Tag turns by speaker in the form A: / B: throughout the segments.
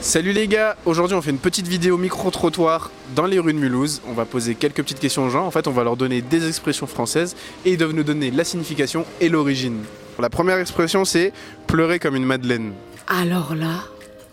A: Salut les gars, aujourd'hui on fait une petite vidéo micro-trottoir dans les rues de Mulhouse. On va poser quelques petites questions aux gens. En fait, on va leur donner des expressions françaises et ils doivent nous donner la signification et l'origine. La première expression c'est pleurer comme une madeleine.
B: Alors là,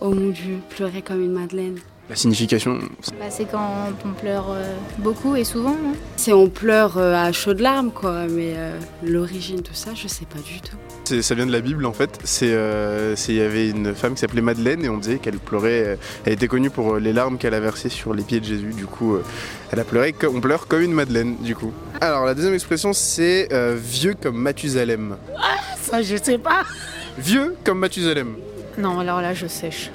B: oh mon dieu, pleurer comme une madeleine.
A: La signification,
C: Bah, c'est quand on pleure euh, beaucoup et souvent. hein. non
B: C'est on pleure euh, à chaudes larmes quoi, mais euh, l'origine de ça, je sais pas du tout.
A: c'est- ça vient de la Bible en fait. C'est, euh, c'est- il y avait une femme qui s'appelait Madeleine et on disait qu'elle pleurait. euh, elle était connue pour euh, les larmes qu'elle a versées sur les pieds de Jésus. Du coup, euh, elle a pleuré. co- On pleure comme une Madeleine du coup. Alors la deuxième expression c'est euh, vieux comme Mathusalem.
D: Ça, je sais pas.
A: Vieux comme Mathusalem.
E: Non, alors là, je sèche.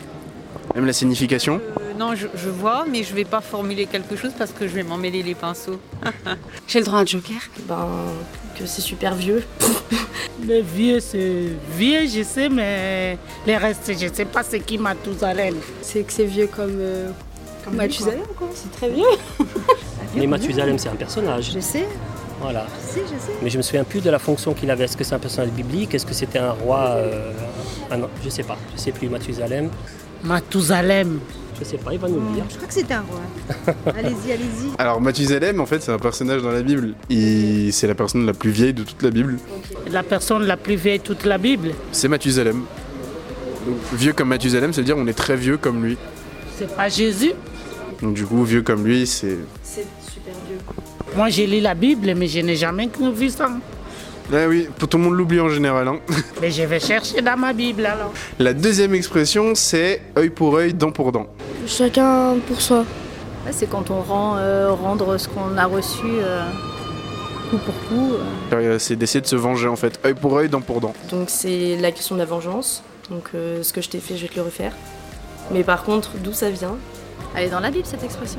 A: Même la signification.
E: Euh, non, je, je vois, mais je vais pas formuler quelque chose parce que je vais m'emmêler les pinceaux.
B: J'ai le droit à un joker
F: ben, que c'est super vieux.
D: Le vieux, c'est vieux, je sais, mais les restes, je sais pas c'est qui m'a tous à l'aile.
B: C'est que c'est vieux comme, euh, comme Mathusalem quoi, c'est très vieux.
G: Mais Mathusalem, c'est un personnage.
C: Je sais,
G: Voilà.
C: si, je sais.
G: Mais je me souviens plus de la fonction qu'il avait. Est-ce que c'est un personnage biblique Est-ce que c'était un roi euh, ah non, Je sais pas. Je sais plus. Mathusalem.
D: Mathusalem.
G: Je sais pas. Il va nous le dire.
H: Je crois que c'était un roi. allez-y, allez-y.
A: Alors Mathusalem en fait c'est un personnage dans la Bible. Il- c'est la personne la plus vieille de toute la Bible.
D: La personne la plus vieille de toute la Bible.
A: C'est Mathusalem. Donc, vieux comme Mathusalem, c'est-à-dire on est très vieux comme lui.
D: C'est pas Jésus.
A: Donc du coup vieux comme lui c'est
F: C'est super vieux.
D: Moi, j'ai lu la Bible, mais je n'ai jamais vu ça.
A: Ah oui, tout le monde l'oublie en général. hein.
D: Mais je vais chercher dans ma Bible alors.
A: La deuxième expression, c'est œil pour œil, dent pour dent.
F: Chacun pour soi.
C: Ouais, c'est quand on rend, euh, rendre ce qu'on a reçu euh, coup pour coup. euh.
A: Euh, C'est d'essayer de se venger en fait. œil pour œil, dent pour dent.
F: Donc c'est la question de la vengeance. Donc euh, ce que je t'ai fait, je vais te le refaire. Mais par contre, d'où ça vient
C: Elle est dans la Bible, cette expression.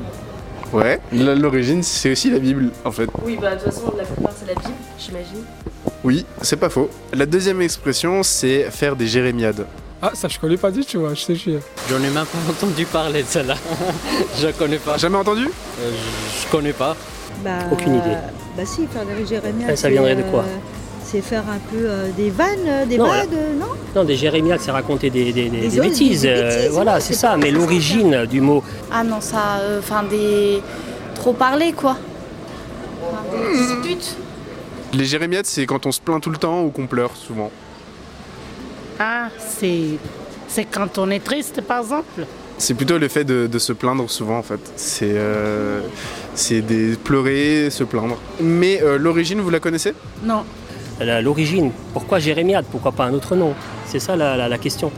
A: Ouais. L- L'origine, c'est aussi la Bible en fait.
F: Oui, bah de toute façon, la plupart c'est la Bible, j'imagine.
A: Oui, c'est pas faux. La deuxième expression, c'est faire des jérémiades.
I: Ah, ça je connais pas du tout, hein, je te jure.
G: J'en ai même pas entendu parler de celle-là. je connais pas.
A: Jamais entendu
G: Je connais pas.
H: Bah,
G: Aucune idée. Eh,
H: Bah si, faire des Jérémie.
G: Ça, ça viendrait de
H: euh,
G: quoi
H: C'est faire un peu euh, des vannes, euh, des
G: Non,
H: blagues, euh, non
G: Non, des Jérémiades, c'est raconter des, des- des- des
H: Des autres,
G: bêtises.
H: des
G: euh,
H: bêtises,
G: voilà,
H: ouais,
G: c'est
H: c'est
G: ça.
H: pas
G: Mais
H: ça.
G: l'origine du mot.
C: Ah non, ça. Enfin, des. Trop parler, quoi. Enfin, Des disputes.
A: Les jérémiades, c'est quand on se plaint tout le temps ou qu'on pleure souvent.
D: Ah, c'est. C'est quand on est triste, par exemple.
A: C'est plutôt le fait de, de se plaindre souvent en fait. C'est euh, c'est des pleurer, se plaindre. Mais euh, l'origine, vous la connaissez
D: Non.
G: la- L'origine. Pourquoi Jérémiade Pourquoi pas un autre nom C'est ça la, la- la question.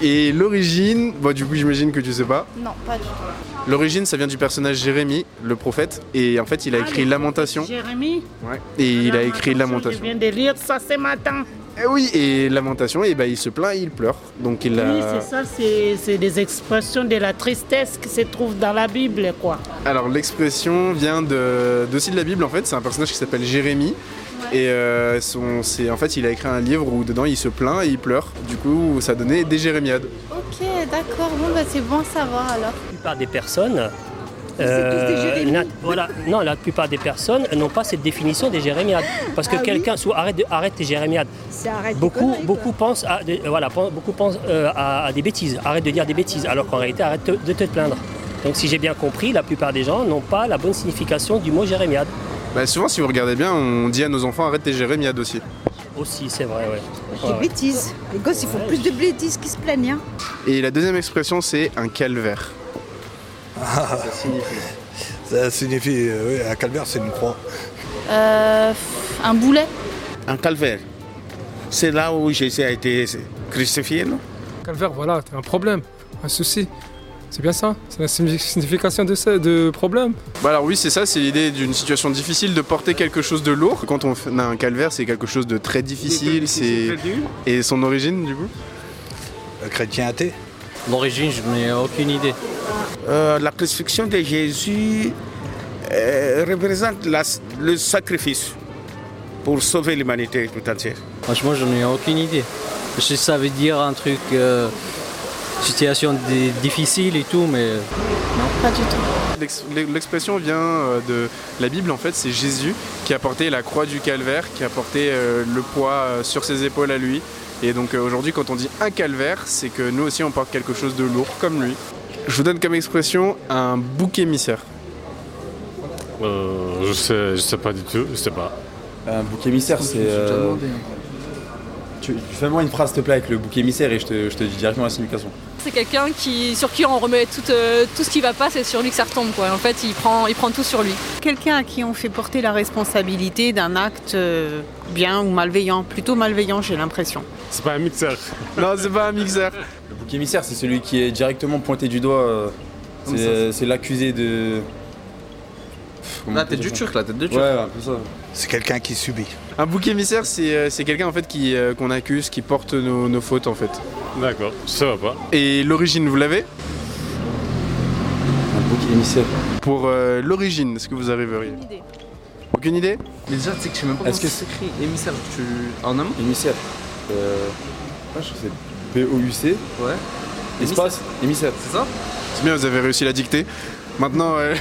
A: Et l'origine, bah du coup j'imagine que tu sais pas.
C: Non, pas du tout.
A: L'origine, ça vient du personnage Jérémie, le prophète, et en fait, il a
D: Ah,
A: écrit
D: le-
A: Lamentation.
D: Jérémie.
A: Ouais. Et il a écrit
D: Je
A: Lamentation.
D: viens de lire ça ce matin.
A: Eh oui, et Lamentation, et bah, il se plaint, et il pleure. Donc il
D: Oui,
A: a.
D: c'est ça, c'est c'est des expressions de la tristesse qui se trouvent dans la Bible, quoi.
A: Alors l'expression vient de d'aussi de la Bible en fait. C'est un personnage qui s'appelle Jérémie. Et euh, son, c'est en fait, il a écrit un livre où dedans il se plaint et il pleure. Du coup, ça donnait des Jérémiades.
C: Ok, d'accord. Bon, bah, c'est bon à savoir alors.
G: La plupart des personnes. euh,
H: tous des Jérémies.
G: n'a- voilà, non, la plupart des personnes n'ont pas cette définition des Jérémiades. Parce que
H: Ah oui.
G: quelqu'un, soit arrête, de- arrête tes Jérémiades.
H: C'est arrête tes
G: Beaucoup,
H: conneries,
G: beaucoup
H: quoi.
G: pensent, à, des- euh, voilà, pen- beaucoup pensent euh, à, à des bêtises. Arrête de dire des bêtises, alors qu'en réalité, arrête te- de te plaindre. Donc, si j'ai bien compris, la plupart des gens n'ont pas la bonne signification du mot jérémiade.
A: Bah, souvent, si vous regardez bien, on dit à nos enfants arrête tes Jérémiades aussi.
G: Aussi, c'est vrai, ouais.
H: Des
G: Ouais.
H: bêtises. Les gosses, ils font plus de bêtises qu'ils se plaignent. hein.
A: Et la deuxième expression, c'est un calvaire. Ça signifie.
J: Ça signifie, euh, oui, un calvaire, c'est une croix.
C: Euh, pff, un boulet.
K: Un calvaire. C'est là où Jésus a été crucifié, non
I: Calvaire, voilà, t'as un problème, un souci. C'est bien ça C'est la signi- signification de, ça, de problème
A: Bah alors oui, c'est ça, c'est l'idée d'une situation difficile de porter quelque chose de lourd. Quand on fait- on a un calvaire, c'est quelque chose de très difficile, c'est et son origine du coup.
J: Le chrétien athée.
G: L'origine, je n'ai aucune idée.
K: Euh, La crucifixion de Jésus euh, représente la- le sacrifice pour sauver l'humanité tout entière.
G: Franchement, je n'ai aucune idée. Je savais dire un truc, euh, situation difficile et tout, mais
A: L'ex- L'expression vient euh, de la Bible en fait, c'est Jésus qui a porté la croix du calvaire, qui a porté euh, le poids euh, sur ses épaules à lui Et donc euh, aujourd'hui, quand on dit un calvaire, c'est que nous aussi on porte quelque chose de lourd comme lui. Je vous donne comme expression un bouc émissaire.
G: Euh, je sais, je sais pas du tout, je sais pas.
F: Un bouc émissaire, c'est. euh, tu- Fais-moi une phrase, s'il te plaît, avec le bouc émissaire et je te, je te dis directement la signification.
L: C'est quelqu'un qui, sur qui on remet tout, euh, tout ce qui va pas, c'est sur lui que ça retombe. Quoi. En fait, il prend, il prend tout sur lui.
D: Quelqu'un à qui on fait porter la responsabilité d'un acte euh, bien ou malveillant, plutôt malveillant j'ai l'impression.
G: C'est pas un mixeur.
A: non, c'est pas un mixeur.
F: Le bouc émissaire, c'est celui qui est directement pointé du doigt. euh,
G: Comme ça.
F: C'est c'est l'accusé de.
G: La tête du Turc, la tête du Turc.
F: Ouais, un peu ça.
A: C'est quelqu'un qui subit. Un bouc émissaire, c'est euh, c'est quelqu'un en fait qui, euh, qu'on accuse, qui porte nos, nos fautes en fait.
G: D'accord, ça va pas.
A: Et l'origine, vous l'avez
F: Un bouc émissaire.
A: Pour euh, l'origine, est-ce que vous arriveriez Aucune idée
F: Mais déjà, tu sais que je sais même
A: pas
F: Est-ce
A: comment
F: que
A: ça
F: s'écrit émissaire tu... En amont Émissaire. Euh. Ouais, je sais. B-O-U-C. Ouais. Espace, émissaire. C'est ça
A: C'est bien, vous avez réussi la dictée. Maintenant, euh,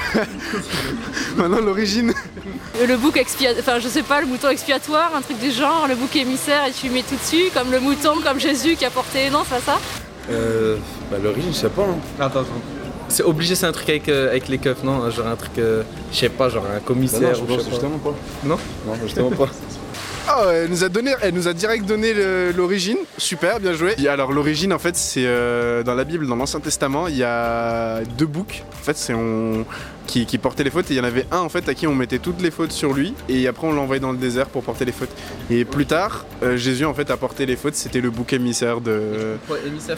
A: maintenant l'origine.
L: Euh, Le bouc expiatoire, enfin, je sais pas, le mouton expiatoire, un truc du genre, le bouc émissaire et tu lui mets tout dessus, comme le mouton, comme Jésus qui a porté. Non, c'est pas ça
F: Euh. Bah, l'origine, je sais pas. Attends, attends.
I: C'est obligé, c'est un truc avec, euh, avec les keufs, non Genre un truc, euh, je sais pas, genre un
F: Bah
I: commissaire
F: non, je
I: ou
F: pense
I: je sais pas.
F: justement pas.
I: Non
F: Non, justement pas.
A: Ah, elle nous a donné, elle nous a direct donné le- l'origine. Super, bien joué. Et alors l'origine, en fait, c'est euh, dans la Bible, dans l'Ancien Testament, il y a deux boucs. En fait, c'est on qui, qui portait les fautes. Et il y en avait un en fait à qui on mettait toutes les fautes sur lui. Et après, on l'envoyait dans le désert pour porter les fautes. Et plus tard, euh, Jésus en fait a porté les fautes. C'était le bouc émissaire de.
I: Pourquoi émissaire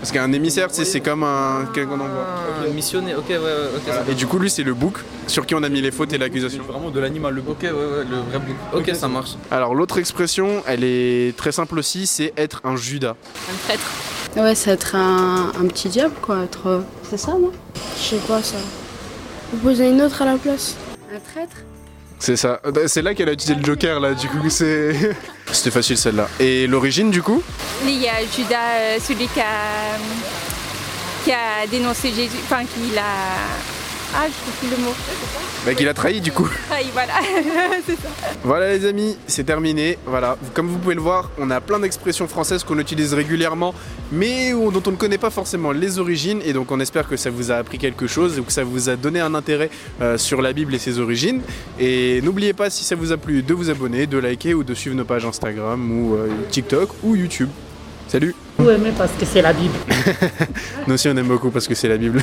A: Parce qu'un émissaire, tu sais, c'est comme un quelqu'un qu'on envoie.
I: Ok, Ah, Missionné, ok, ouais, ouais, ok. ça
A: Et du coup, lui, c'est le bouc sur qui on a mis les fautes et l'accusation.
I: Vraiment de l'animal, le bouc. Ok, ouais, ouais, le vrai bouc. Ok, ça marche.
A: Alors l'autre expression, elle est très simple aussi, c'est être un Judas.
L: Un prêtre.
B: Ouais, c'est être un, un petit diable, quoi. Être... euh, C'est ça, non
M: Je sais pas ça. Vous posez une autre à la place.
B: Un traître
A: C'est ça. C'est là qu'elle a utilisé le Joker là. Du coup, c'est c'était facile celle-là. Et l'origine du coup
C: Il y a Judas, euh, celui qui a, qui a dénoncé Jésus, enfin qui l'a. Ah, je trouve plus le mot.
A: Bah qu'il a trahi du coup.
C: Ah, il- voilà, c'est ça.
A: Voilà les amis, c'est terminé. Voilà, comme vous pouvez le voir, on a plein d'expressions françaises qu'on utilise régulièrement, mais où- dont on ne connaît pas forcément les origines. Et donc on espère que ça vous a appris quelque chose ou que ça vous a donné un intérêt euh, sur la Bible et ses origines. Et n'oubliez pas, si ça vous a plu, de vous abonner, de liker ou de suivre nos pages Instagram ou euh, TikTok ou YouTube. Salut
N: Vous aimez parce que c'est la Bible.
A: Nous aussi on aime beaucoup parce que c'est la Bible.